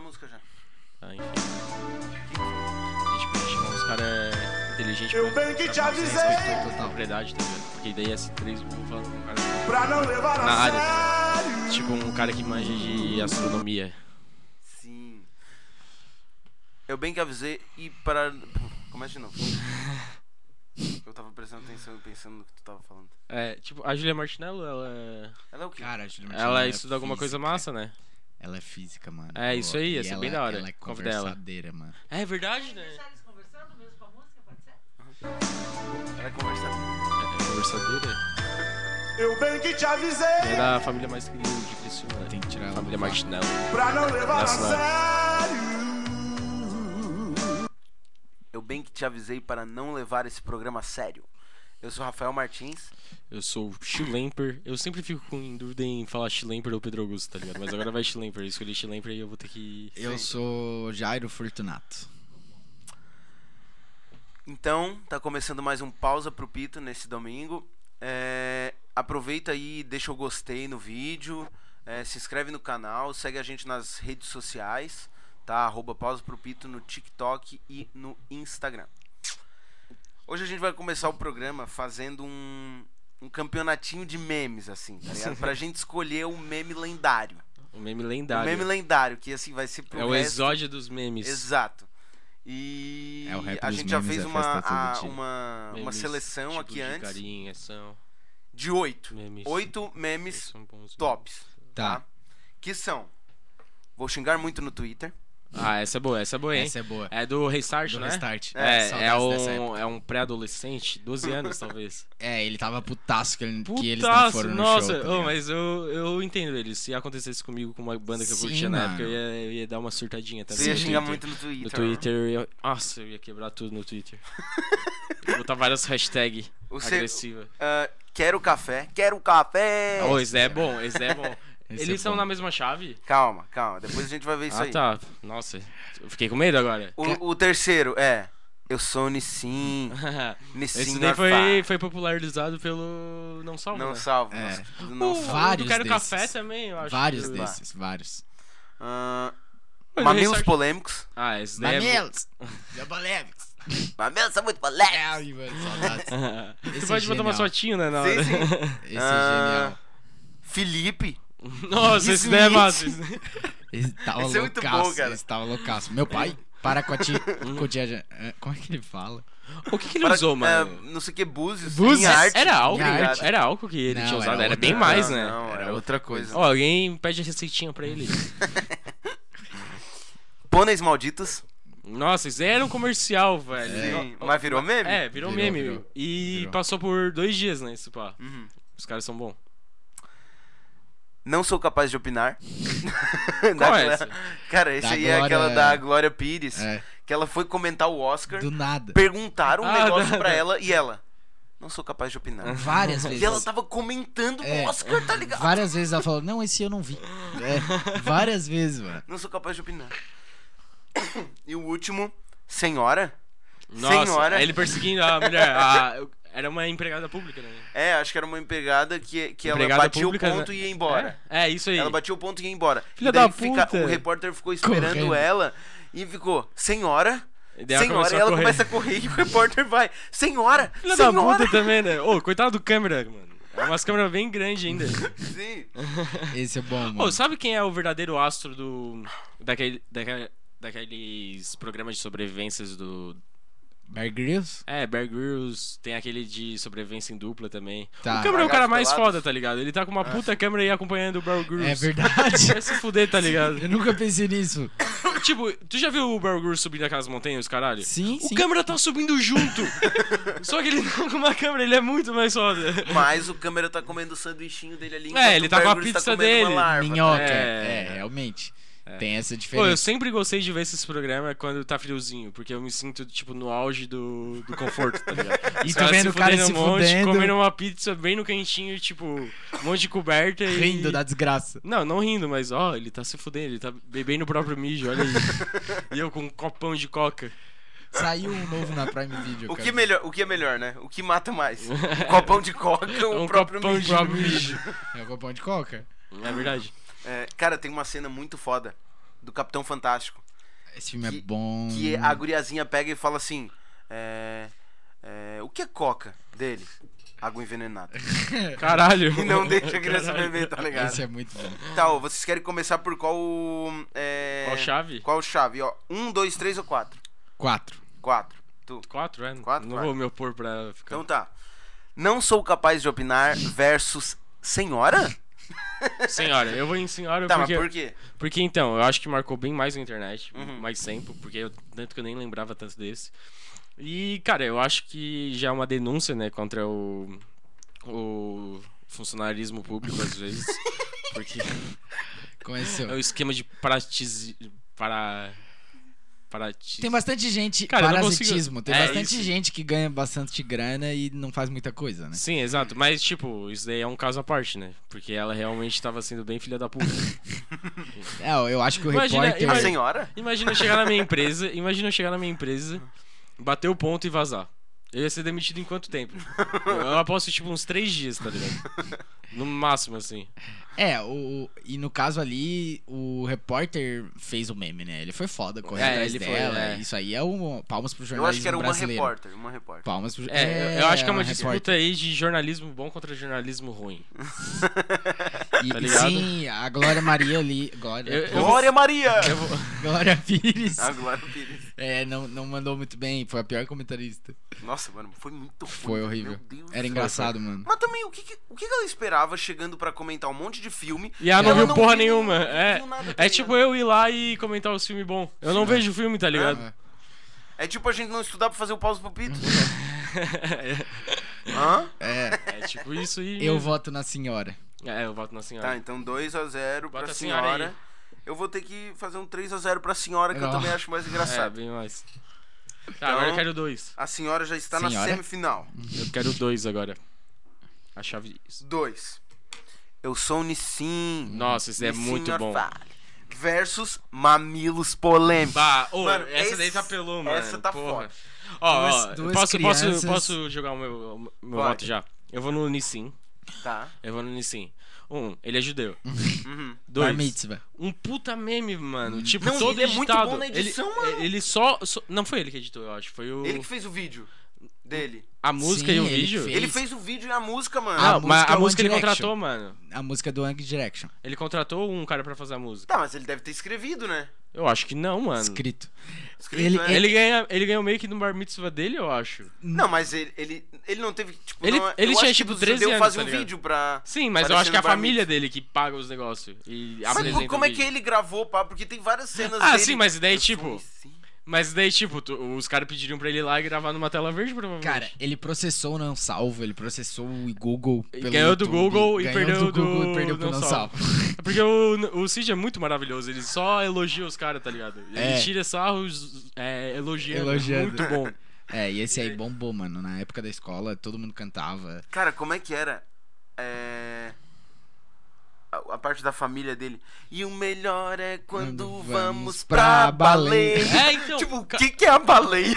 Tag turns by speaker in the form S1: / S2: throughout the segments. S1: música já.
S2: Ah, enfim. Gente, pra chamar os caras inteligentes
S3: Eu
S2: pra-
S3: bem que
S2: pra
S3: te
S2: fazer
S3: avisei.
S2: respeito à tua propriedade, tá ligado? Porque daí S3 vão falar com um cara.
S3: Pra não levar
S2: Na
S3: a
S2: área, tá
S3: sério.
S2: Tipo, um cara que manja de astronomia.
S1: Sim. Eu bem que avisei e para. Começa de novo. Eu tava prestando atenção e pensando no que tu tava falando.
S2: É, tipo, a Julia Martinello, ela.
S1: Ela é o quê?
S4: Cara, a Julia Martinelli
S2: Ela
S4: é
S2: estuda alguma coisa
S4: física.
S2: massa, né?
S4: Ela é física, mano.
S2: É, isso aí,
S4: E
S2: ia ser
S4: ela-
S2: bem da hora.
S4: Ela é
S2: Convida ela.
S4: conversadeira, mano.
S2: É verdade, né?
S5: Deixar eles conversando mesmo com a música, pode ser?
S1: Ela é conversada.
S2: É conversadeira.
S3: Eu bem que te
S2: É
S3: avisei.
S2: da família mais querida de Criciúma, né?
S4: Tem que tirar ela
S2: Família
S4: do vácuo.
S2: Martinello.
S3: Pra não levar a
S2: Nossa,
S3: sério.
S1: Eu bem que te avisei para não levar esse programa a sério. Eu sou Rafael Martins.
S2: Eu sou o Schlemper. Eu sempre fico com em dúvida em falar Schlemper ou Pedro Augusto, tá ligado? Mas agora vai Schlemper. Eu escolhi Schlemper e eu vou ter que.
S4: Eu sou Jairo Fortunato.
S1: Então, tá começando mais um Pausa pro Pito nesse domingo. É, aproveita aí, deixa o gostei no vídeo, é, se inscreve no canal, segue a gente nas redes sociais, tá? Arroba Pausa pro Pito no TikTok e no Instagram. Hoje a gente vai começar o programa fazendo um, um campeonatinho de memes, assim, tá ligado? Pra gente escolher o meme lendário.
S2: O um meme
S1: O
S2: lendário.
S1: meme lendário, que assim vai ser pro
S2: É o
S1: resto-
S2: exódio dos memes.
S1: Exato. E
S4: É o rap
S1: a
S4: dos
S1: gente já
S4: memes,
S1: fez
S4: é a
S1: uma,
S4: festa todo
S1: a-
S4: dia.
S1: uma, uma
S2: Memes,
S1: seleção
S2: tipo,
S1: aqui
S2: de
S1: antes
S2: Carinha, são.
S1: de oito.
S2: Memes.
S1: Oito memes
S2: são bons.
S1: tops. Tá.
S2: Ah,
S4: Tá.
S1: Que são. Vou xingar muito no Twitter.
S2: Ah, essa é boa, essa é boa, hein?
S4: Essa é boa.
S2: é... do Restart,
S4: Do
S2: né?
S4: Restart.
S2: É, é
S4: saudades dessa época.
S2: um, é um pré-adolescente, 12 anos talvez.
S4: É, ele tava putaço que, ele, que eles não
S2: Putaço,
S4: foram no
S2: nossa,
S4: show. tá
S2: ô,
S4: ligado?
S2: mas eu, eu entendo ele. Se acontecesse comigo com uma banda que eu
S4: Sim,
S2: curtia na
S4: mano.
S2: época, eu ia, eu ia dar uma surtadinha também.
S1: Você ia
S2: no
S1: xingar muito
S2: Twitter.
S1: no Twitter. né?
S2: No Twitter, eu ia... nossa, eu ia quebrar tudo no Twitter. Eu ia Botar várias hashtags
S1: O seu-
S2: agressivas.
S1: Ah, quero café. Quero café!
S2: Ô, esse é bom, esse é bom.
S4: Esse
S2: Eles
S4: é
S2: são
S4: bom.
S2: na mesma chave?
S1: Calma, calma. Depois a gente vai ver isso
S2: ah,
S1: aí.
S2: tá. Nossa, eu fiquei com medo agora.
S1: O, o terceiro é. Eu sou Nissim.
S2: esse
S1: Nissim
S2: daí foi,
S1: Norfá.
S2: foi popularizado pelo Não Salvo,
S1: Não
S2: né?
S1: salvo.
S4: É.
S1: Não,
S2: O-
S1: Uh, não
S2: o
S1: salvo.
S4: Vários
S2: do Quero
S4: desses.
S2: Café também, eu acho.
S4: Vários
S2: que-
S4: desses, vários.
S1: Ah,
S2: Mas o
S1: mamilos
S2: Restart-
S1: polêmicos.
S2: Ah, esse daí é-
S4: Mamilos! Jabalevix!
S1: Mamilos são muito polêmicos.
S4: É, Ai, mano, saudades.
S2: tu
S4: Esse
S2: pode
S4: é
S2: botar uma
S4: genial.
S2: fotinho, né? Na
S1: Sim,
S2: hora.
S1: sim.
S4: Esse
S1: Ah,
S4: é genial.
S1: Felipe.
S2: Nossa, esse daí é
S1: Smith.
S2: massa.
S4: Esse tava
S1: Esse é muito
S4: loucaço,
S1: bom, cara.
S4: esse tava loucaço. Meu pai, para com a tia... com a tia- eh, Como é que ele fala?
S2: O que, que ele
S1: Para-
S2: usou,
S1: é,
S2: mano?
S1: não sei o que, Búzios.
S2: Búzios?
S1: Em arte.
S2: Era álcool,
S4: Em arte.
S2: era álcool que ele
S4: Não,
S2: tinha
S4: era
S2: usado, era,
S4: outra
S2: bem
S4: coisa.
S2: mais,
S1: Não,
S2: né?
S1: não, era outra coisa.
S2: Ó, alguém pede a receitinha pra ele.
S1: Pôneis malditos.
S2: Nossa, isso daí era um comercial, velho.
S1: Sim,
S2: É. Ó, ó,
S1: mas virou meme?
S2: É, virou,
S4: Virou,
S2: meme.
S4: virou.
S2: meu. E
S4: Virou.
S2: passou por dois dias, né, isso pá.
S1: Uhum.
S2: Os caras são bons.
S1: Não sou capaz de opinar.
S2: Qual
S1: Da
S2: é
S1: Glória-
S2: essa?
S1: Cara, esse
S4: Da
S1: aí é
S4: Glória-
S1: aquela da Glória Pires,
S4: É,
S1: que ela foi comentar o Oscar,
S4: do nada.
S1: perguntaram um
S2: Ah,
S1: negócio
S2: da-
S1: pra
S2: da- Ah.
S1: ela e ela, não sou capaz de opinar.
S4: Várias
S1: E ela
S4: vezes.
S1: tava comentando
S4: É.
S1: o Oscar, tá ligado?
S4: Várias vezes ela falou, não, esse eu não vi. É, várias vezes, mano.
S1: Não sou capaz de opinar. E o último, senhora?
S2: Nossa, é
S1: Senhora.
S2: ele perseguindo a mulher. a- era uma empregada pública, né?
S1: É, acho que era uma empregada que, que ela
S2: Empregada
S1: batia
S2: pública,
S1: o ponto
S2: né?
S1: e ia embora.
S2: É, é isso aí.
S1: Ela batia o ponto e ia embora.
S2: Filha
S1: e daí
S2: da
S1: fica-
S2: puta.
S1: o repórter ficou esperando
S4: Correndo.
S1: ela e ficou, senhora?
S2: E daí ela
S1: Senhora,
S2: começou
S1: e
S2: a
S1: ela
S2: correr.
S1: começa a correr e o repórter vai, senhora?
S2: Filha da
S1: senhora?
S2: puta também, né? Ô, coitado do câmera, mano. É umas câmeras bem grandes ainda.
S1: Sim.
S4: Esse é bom, mano.
S2: Ô, sabe quem é o verdadeiro astro do. Daquele, daquele, daqueles programas de sobrevivências do.
S4: Bear Grylls?
S2: É, Bear Grylls, tem aquele de sobrevivência em dupla também.
S4: Tá.
S2: O câmera é o cara
S1: Largados
S2: mais
S1: pelados.
S2: foda, tá ligado? Ele tá com uma puta câmera aí acompanhando o Bear Grylls.
S4: É verdade.
S2: Vai se fuder, tá ligado?
S4: Eu nunca pensei nisso.
S2: tipo, tu já viu o Bear Grylls subindo aquelas montanhas, caralho?
S4: Sim,
S2: O
S4: sim.
S2: câmera tá subindo junto. Só que ele não com uma câmera, ele é muito mais foda.
S1: Mas o câmera tá comendo o sanduichinho dele ali.
S2: É,
S1: enquanto
S2: ele
S1: o
S2: tá com a
S1: Bear Grylls
S2: pizza
S1: comendo uma
S2: dele.
S1: larva, tá?
S4: Minhoca.
S2: É.
S4: É, realmente. Tem
S2: Pô,
S4: essa
S2: eu
S4: diferença.
S2: sempre gostei de ver esses programas quando tá friozinho, porque eu me sinto, tipo, no auge do, do conforto, tá ligado?
S4: E
S2: Os
S4: tu
S2: caras
S4: vendo o cara
S2: fudendo
S4: se
S2: um monte,
S4: fudendo.
S2: comendo uma pizza bem no cantinho, tipo, um monte de coberta e...
S4: Rindo da desgraça.
S2: Não, não rindo, mas, ó, ele tá se fudendo, ele tá bebendo o próprio mijo, olha aí. e eu com um copão de coca.
S4: Saiu um novo na Prime Video.
S1: O que,
S4: cara.
S1: melhor, o que é melhor, né? O que mata mais? Um copão de coca ou
S2: Um
S1: o próprio
S2: copão
S1: mijo?
S2: de mijo.
S4: É o copão de coca?
S2: É verdade.
S1: É, cara, tem uma cena muito foda do Capitão Fantástico.
S4: Esse filme
S1: Que-
S4: é bom.
S1: Que a guriazinha pega e fala assim: é, é, O que é coca dele? Água envenenada.
S4: É.
S2: Caralho.
S1: E não deixa a criança
S2: Caralho.
S1: beber, tá ligado?
S4: Esse é muito bom.
S1: Tal, vocês querem começar por qual. É...
S2: Qual chave?
S1: Qual chave? Ó, um, dois, três ou quatro?
S4: Quatro.
S1: Quatro.
S4: Tá.
S1: Tu.
S2: Quatro, é?
S1: Quatro,
S2: não
S1: vai.
S2: vou me opor pra ficar.
S1: Então tá. Não sou capaz de opinar versus senhora?
S2: Senhora, eu vou em senhora
S1: Tá, mas
S2: porque.
S1: por quê?
S2: Porque então, eu acho que marcou bem mais na internet,
S1: Uhum.
S2: mais tempo, porque eu, tanto que eu nem lembrava tanto desse. E, cara, eu acho que já é uma denúncia, né, contra o, o funcionarismo público, às vezes. porque é
S4: Começou.
S2: um esquema de pratiz... para. Paratiz...
S4: Tem bastante gente.
S2: Cara, eu não
S4: parasitismo.
S2: consigo-
S4: Tem
S2: É
S4: bastante
S2: isso.
S4: gente que ganha bastante grana e não faz muita coisa, né?
S2: Sim, exato. Mas, tipo, isso daí é um caso à parte, né? Porque ela realmente tava sendo bem filha da puta.
S4: É, eu acho que o
S2: Imagina-
S4: repórter.
S1: A
S2: Mas-
S1: senhora?
S2: Imagina eu chegar na minha empresa, imagina eu chegar na minha empresa, bater o ponto e vazar. Eu ia ser demitido em quanto tempo? Eu, eu aposto, tipo, uns três dias, tá ligado? No máximo, assim.
S4: É, o, o- e no caso ali, o repórter fez o meme, né? Ele foi foda, correu
S2: É,
S4: atrás
S2: ele foi,
S4: dela.
S2: é.
S4: Isso aí é um. Palmas pro
S1: Eu
S4: jornalismo
S1: acho que era uma
S4: brasileiro.
S1: repórter. Uma repórter.
S4: Palmas pro
S2: É, eu- eu acho que é uma
S4: repórter.
S2: disputa aí de jornalismo bom contra jornalismo ruim.
S4: E-
S2: tá
S4: e
S2: ligado?
S4: sim, a Glória Maria ali. Glória,
S2: Eu- eu-
S1: Glória Maria!
S2: Eu vou-
S4: Glória Pires.
S1: Ah, Glória Pires.
S4: É, não, não mandou muito bem, foi a pior comentarista.
S1: Nossa, mano, foi muito ruim.
S4: Foi horrível.
S1: Meu Deus do
S4: Era
S1: céu.
S4: engraçado, mano.
S1: Mas também, o que, que- o que que ela esperava chegando pra comentar um monte de filme?
S2: E ela não viu porra
S1: viu-
S2: nenhuma.
S1: não
S2: É,
S1: viu nada, tá
S2: é
S1: ligado?
S2: tipo eu ir lá e comentar os filmes bons. Eu não vejo filme, tá ligado?
S4: Ah,
S1: É tipo a gente não estudar pra fazer o pausa pro pito.
S2: Uhum.
S1: Hã?
S4: É,
S2: É tipo isso e.
S4: eu voto na senhora.
S2: É, eu voto na senhora.
S1: Tá, então 2x0
S2: Bota
S1: pra
S2: a senhora
S1: senhora. Eu vou ter que fazer um 3x0 pra senhora, que eu
S4: Não.
S1: também acho mais
S2: é,
S1: engraçado.
S2: bem mais. Tá,
S1: Então-
S2: agora eu quero dois.
S1: A senhora já está na
S4: Senhora?
S1: semifinal.
S2: Eu quero dois agora. A chave.
S1: Dois. Eu sou o Nissin.
S2: Nossa, esse é
S1: Nissin
S2: muito bom.
S1: Orfale. Versus mamilos polêmicos.
S2: Bah, ô,
S1: Mano,
S2: essa daí
S1: esse-
S2: tá pelou, mano.
S1: essa tá
S2: porra.
S1: foda.
S2: Ó,
S4: Duas-
S2: ó,
S4: duas
S2: posso,
S4: crianças-
S2: posso, posso jogar o meu, o meu
S1: Pode.
S2: voto já? Eu vou no Nissin.
S1: Tá.
S2: Eu vou no Nissin. Um, ele é judeu.
S1: Uhum.
S4: Bar
S2: Dois,
S4: mitzvah. Uhum.
S2: um puta meme, mano. Tipo,
S1: Não,
S2: todo
S1: ele é muito
S2: editado.
S1: bom na edição,
S2: ele,
S1: mano.
S2: Ele só, só- Não foi ele que editou, eu acho. Foi o.
S1: Ele que fez o vídeo dele.
S2: A música
S4: Sim,
S2: e o
S4: ele
S2: vídeo.
S4: fez.
S1: Ele fez o vídeo e a música, mano.
S2: Não,
S4: A
S2: mas
S4: música é
S2: a
S4: One
S2: música ele
S4: Direction.
S2: contratou, mano.
S4: A música do Ang Direction.
S2: Ele contratou um cara pra fazer a música.
S1: Tá, mas ele deve ter escrevido, né?
S2: Eu acho que não, mano.
S4: Escrito.
S1: Escrito,
S4: Ele-
S1: né?
S2: Ele ganha, ele ganhou meio que no bar mitzvah dele, eu acho.
S1: Não, mas ele, ele, ele não teve, tipo...
S2: Ele-
S1: não,
S2: ele
S1: eu
S2: tinha,
S1: acho
S2: tipo,
S1: que os
S2: 13
S1: judeus
S2: anos,
S1: fazem
S2: tá
S1: um
S2: ligado?
S1: vídeo pra...
S2: Sim, mas eu
S1: Parecendo
S2: acho que é a
S1: bar
S2: família dele que paga os negócios e
S1: Mas
S2: apresenta
S1: pô, como
S2: o
S1: é que
S2: vídeo.
S1: ele gravou, pá? Porque tem várias cenas
S2: Ah,
S1: dele-
S2: sim, mas daí,
S1: Eu sou
S2: tipo,
S1: um Nissin.
S2: Mas daí, tipo, tu- os caras pediriam pra ele ir lá e gravar numa tela verde, provavelmente.
S4: Cara, ele processou o não salvo, ele processou o Google. Pelo
S2: Ganhou do
S4: YouTube,
S2: Google e
S4: ganhou
S2: perdeu
S4: do Google
S2: do
S4: e perdeu pro
S2: não
S4: não
S2: salvo.
S4: salvo.
S2: É Porque o, o Cid é muito maravilhoso, ele só elogia os caras, tá ligado? Ele
S4: É.
S2: tira sarro z- é, elogiando.
S4: Elogiando.
S2: Muito bom.
S4: É, e esse aí bombou, mano. Na época da escola, todo mundo cantava.
S1: Cara, como é que era? É... A, a parte da família dele. E o melhor é quando
S4: Quando
S1: vamos,
S4: vamos
S1: pra,
S4: pra
S1: baleia.
S4: baleia.
S2: É, então.
S1: tipo, o
S2: ca-
S1: que, que é a baleia?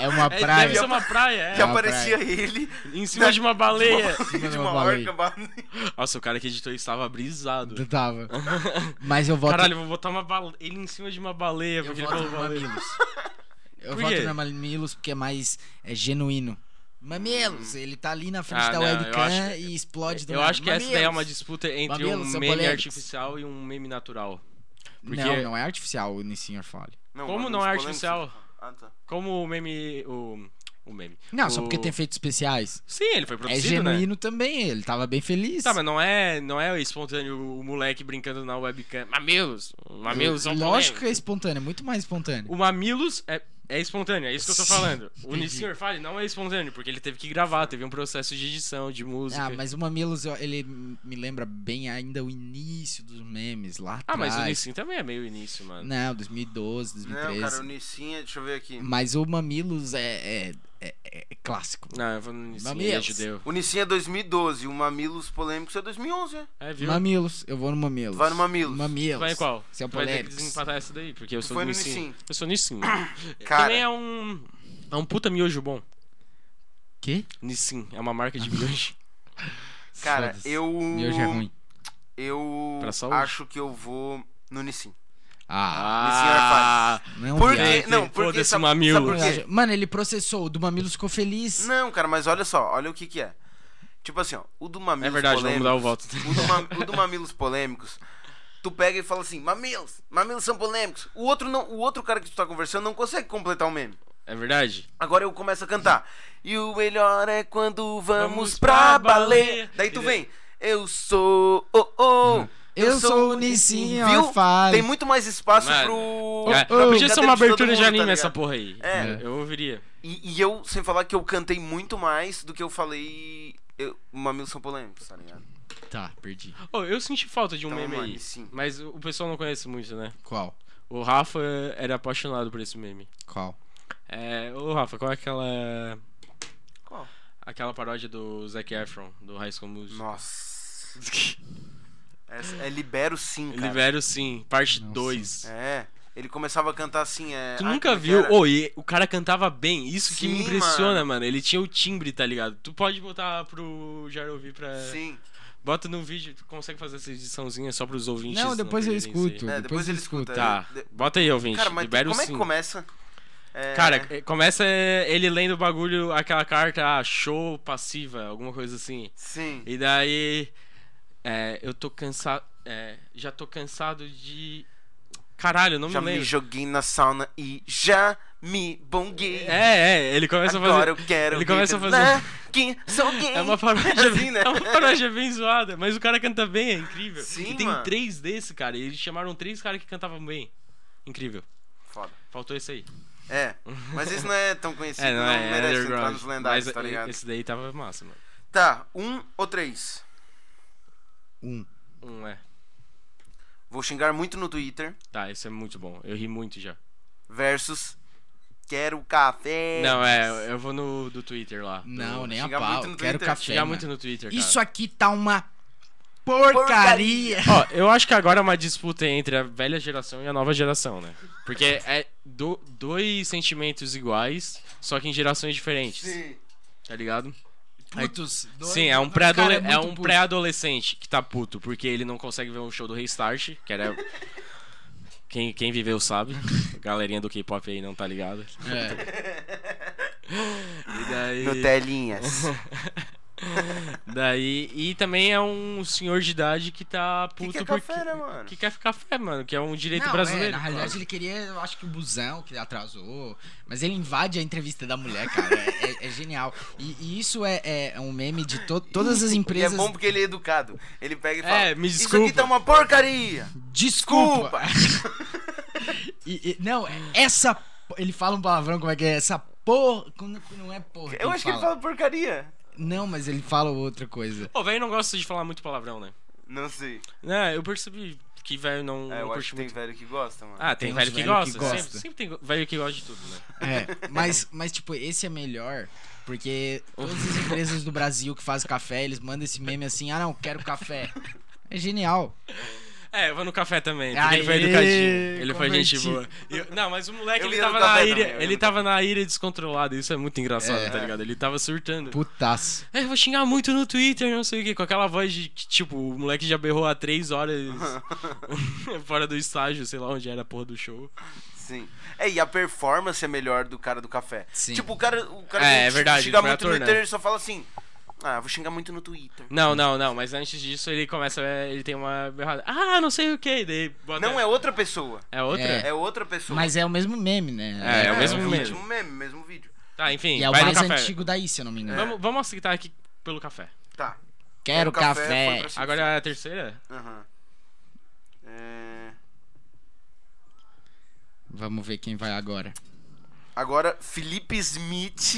S4: É uma
S2: é,
S4: praia.
S2: Deve ser uma praia,
S1: que
S4: É
S2: é.
S4: uma
S1: aparecia ele
S2: Em cima de uma baleia.
S1: de
S4: Mano,
S1: uma
S4: é uma baleia.
S1: orca. baleia.
S2: Nossa, o cara que editou isso tava brisado.
S4: Tava. Mas eu voto.
S2: Caralho, eu vou botar uma bale... ele em cima de uma baleia,
S4: eu
S2: porque ele
S4: voto
S2: falou
S4: no
S2: baleia.
S4: Mamilos. Eu
S2: Por
S4: voto
S2: quê?
S4: no Mamilos porque é mais é, genuíno. Mamilos, ele tá ali na frente
S2: Ah,
S4: da
S2: não, eu
S4: webcam
S2: acho que-
S4: e explode do
S2: Eu
S4: nada.
S2: acho que essa daí é uma
S4: Mamilos!
S2: disputa entre
S4: Mamilos
S2: um
S4: são
S2: meme
S4: polêmicos.
S2: artificial e um meme natural. Porque
S4: Não, não é artificial o Nissin Orfale.
S2: Como
S1: mas
S2: não é
S1: os polêmicos-
S2: artificial?
S1: Ah, tá.
S2: Como o meme. O, o meme.
S4: Não,
S2: o...
S4: só porque tem efeitos especiais.
S2: Sim, ele foi
S4: É
S2: produzido, né?
S4: genuíno também, ele tava bem feliz.
S2: Tá, mas não é, não é espontâneo o moleque brincando na webcam. Mamilos! Mamilos são
S4: Lógico que é
S2: polêmicos.
S4: espontâneo, é muito mais espontâneo.
S2: um O Mamilos é, é espontâneo, é isso que eu tô
S4: Sim,
S2: falando. O
S4: entendi.
S2: Nissin Fale não é espontâneo, porque ele teve que gravar, teve um processo de edição, de música.
S4: Ah, mas o Mamilos, eu- ele me lembra bem ainda o início dos memes lá
S2: Ah, mas o
S4: atrás.
S2: Nissin também é meio início, mano.
S4: Não,
S1: Não,
S4: 2012, 2013.
S1: cara, o Nissinha, deixa eu ver aqui.
S4: Mas o Mamilos é, é, é- é clássico.
S2: Não, eu vou no Nissin, ele é
S4: Mamilos.
S2: judeu.
S1: O Nissinha é 2012, o Mamilos Polêmicos é 2011, né?
S2: É, viu?
S4: Mamilos, eu vou no Mamilos.
S1: Vai no Mamilos.
S4: Mamilos.
S2: Vai em qual?
S4: Você é o
S2: Tu vai ter que
S4: polêmico.
S2: desempatar essa daí, porque eu
S1: Tu
S2: sou
S1: foi
S2: do
S1: no
S2: Nissin.
S1: Nissin.
S2: Eu sou Nissin.
S1: Cara.
S2: Também é um. É um puta miojo bom.
S4: Quê?
S2: Nissin, é uma marca de miojo.
S1: Cara,
S2: um-
S4: Foda-se.
S1: eu.
S4: Miojo é ruim.
S1: Eu
S2: Pra saúde.
S1: acho que eu vou no Nissin.
S4: Ah,
S2: Ah,
S4: não
S1: Por
S4: viado.
S1: quê? Não, porque
S2: Foda-se,
S1: sabe-
S2: mamilo.
S1: sabe por quê?
S4: Mano, ele processou. O do Mamilos ficou feliz.
S1: Não, cara, mas olha só, olha o que que é. Tipo assim, ó, o do Mamilos
S2: É verdade, vamos
S1: polêmicos,
S2: mudar o voto.
S1: O do, ma- o do Mamilos polêmicos, tu pega e fala assim, Mamilos, Mamilos são polêmicos. O outro, não, o outro cara que tu tá conversando não consegue completar o meme.
S2: É verdade?
S1: Agora eu começo a cantar. E o melhor é quando vamos,
S2: Vamos
S1: pra
S2: pra
S1: balé.
S2: balé. é. Uhum.
S1: Daí tu vem, eu sou... Oh, oh,
S4: Eu sou o é Nissin
S1: Viu?
S4: Orfale.
S1: Tem muito mais espaço
S2: Mano,
S1: pro...
S2: É,
S1: pra
S2: podia ser
S1: brincadeira de
S2: uma
S1: todo
S2: abertura de
S1: mundo, tá
S2: anime
S1: ligado?
S2: essa porra aí.
S1: É.
S2: Eu ouviria.
S1: E, e eu, sem falar que eu cantei muito mais do que eu falei. Eu, mamilos são polêmicos, tá ligado?
S4: Tá, perdi.
S2: Oh, eu senti falta de um
S1: Então,
S2: meme
S1: mano,
S2: aí.
S1: sim.
S2: Mas o pessoal não conhece muito, né?
S4: Qual?
S2: O Rafa era apaixonado por esse meme.
S4: Qual?
S2: É, ô Rafa, qual é aquela.
S1: Qual?
S2: Aquela paródia do Zac Efron, do High School Musical?
S1: Nossa. Essa- é, Libero sim, cara.
S2: Libero sim, parte
S4: Não
S2: 2.
S1: É. Ele começava a cantar assim, é.
S2: Tu
S1: ai,
S2: nunca
S1: como que
S2: viu?
S1: era?
S2: Oh, e o cara cantava bem, isso que me
S1: Sim,
S2: impressiona,
S1: mano.
S2: mano. Ele tinha o timbre, tá ligado? Tu pode botar pro Jair ouvir pra.
S1: Sim.
S2: Bota no vídeo, tu consegue fazer essa ediçãozinha só pros ouvintes.
S4: Não, depois eu
S2: perderem isso aí.
S4: escuto.
S1: É,
S4: depois eu
S1: ele
S4: escuto.
S1: escuta.
S2: Tá,
S1: De-
S2: bota aí, ouvinte.
S1: Cara, mas
S2: Libero
S1: como é que
S2: sim.
S1: começa? É,
S2: Cara, eh, começa eh, ele lendo o bagulho, aquela carta, ah, show passiva, alguma coisa assim.
S1: Sim.
S2: E daí. é, eu tô cansado. é, já tô cansado de. Caralho, eu não
S1: Já
S2: me
S1: me
S2: lembro.
S1: joguei na sauna e já me bonguei.
S2: É, é, ele começa
S1: Agora
S2: a fazer.
S1: eu quero.
S2: ele começa a
S1: viver
S2: fazer-
S1: na- Que sou gay.
S2: É uma paródia,
S1: Assim, né?
S2: é uma paródia bem zoada, mas o cara canta bem, é incrível.
S1: Sim,
S2: e tem
S1: mano.
S2: três desse, cara, e eles chamaram três caras que cantavam bem. Incrível.
S1: Foda.
S2: Faltou esse aí.
S1: É, mas isso não é tão conhecido, não, merece entrar nos lendários,
S2: mas é,
S1: tá ligado?
S2: Esse daí tava massa, mano.
S1: Tá, um ou três?
S4: Um.
S2: Um é.
S1: Vou xingar muito no Twitter.
S2: Tá, isso é muito bom. Eu ri muito já.
S1: Versus quero café.
S2: Não, é, eu- eu vou no do Twitter lá.
S4: Não,
S2: do...
S4: nem a
S1: Xingar
S4: pau.
S1: muito no
S4: Quero
S1: Twitter.
S4: café.
S2: Chegar
S4: mano.
S2: muito no Twitter, cara.
S1: é-
S4: Isso aqui tá uma porcaria.
S2: Ó, eu acho que agora é uma disputa entre a velha geração e a nova geração, né? Porque é do- dois sentimentos iguais, só que em gerações diferentes,
S1: Sim.
S2: tá ligado?
S4: Putos. dois-
S2: Sim, é um
S4: o cara
S2: pré-adole-
S4: muito
S2: é um
S4: puto.
S2: pré-adolescente que tá puto, porque ele não consegue ver um show do Restart, que era... Quem, quem viveu sabe, galerinha do K-pop aí não tá ligada.
S4: É.
S2: E daí...
S1: Nutelinhas.
S2: Daí, e também é um senhor de idade que tá
S1: que
S2: puto
S1: que é
S2: porque.
S1: café, né, mano?
S2: Que quer ficar café, mano, que é um direito
S4: Não,
S2: brasileiro.
S4: é, na realidade ele queria, eu acho que o busão que atrasou. Mas ele invade a entrevista da mulher, cara. É, é- é genial. E, e isso é, é- é um meme de to- todas as
S1: E é
S4: empresas.
S1: bom porque ele é educado. Ele pega e fala:
S2: É, me
S1: Isso aqui
S2: desculpa."
S1: tá uma porcaria.
S4: Desculpa! E- e- não, é- essa. po- Ele fala um palavrão, como é que é? Essa porra. Quando, quando não é porra.
S1: Eu acho que ele fala porcaria.
S4: Não, mas ele fala outra coisa.
S2: Pô, velho não gosta de falar muito palavrão, né?
S1: Não sei.
S2: Né, eu percebi que velho não,
S1: É,
S2: não
S1: eu acho
S2: curte
S1: que tem
S2: muito.
S1: velho que gosta, mano.
S2: Ah, tem,
S4: Tem
S2: velho,
S4: uns
S2: que,
S4: velho que
S2: gosta.
S4: gosta.
S2: Sempre, sempre tem go- velho que gosta de tudo, né?
S4: É, mas, mas tipo, esse é melhor, porque todas as empresas do Brasil que fazem café, eles mandam esse meme assim, ah não, quero café. É genial.
S2: É, eu vou no café também, porque ele foi
S4: Aê,
S2: educadinho. Ele foi gente boa.
S4: converti.
S2: Eu- não, mas o moleque,
S1: Eu
S2: ele
S1: ia no
S2: tava, na
S1: café
S2: ilha,
S1: também, eu ia
S2: ele
S1: no
S2: tava na ilha descontrolada, isso é muito engraçado,
S4: É.
S2: tá ligado? Ele tava surtando.
S4: Putaço.
S2: É, eu vou xingar muito no Twitter, não sei o quê, com aquela voz de que, tipo, o moleque já berrou há três horas fora do estágio, sei lá onde era a porra do show.
S1: Sim. É, e a performance é melhor do cara do café.
S4: Sim.
S1: Tipo, o cara, o cara
S2: É,
S1: que
S2: é verdade,
S1: xinga
S2: foi
S1: muito
S2: ator,
S1: no
S2: né?
S1: Twitter, ele só fala assim: Ah, vou xingar muito no Twitter.
S2: Não, não, não, mas antes disso ele começa, é, ele tem uma berrada. Ah, não sei o quê, daí bota-
S1: Não é outra pessoa.
S2: É outra?
S4: É.
S1: É outra pessoa.
S4: Mas é o mesmo meme, né?
S2: É, é o mesmo meme.
S1: mesmo meme, mesmo vídeo.
S2: Tá, enfim,
S4: E é o
S2: vai no
S4: mais
S2: café. É.
S4: antigo daí, se eu não me engano.
S2: Vamos, vamos aceitar aqui pelo café.
S1: Tá.
S4: Quero
S1: O
S2: é
S1: café foi
S4: café.
S1: pra cima.
S2: Agora é a terceira?
S1: Aham. É,
S4: Vamos ver quem vai agora.
S1: Agora, Felipe Smith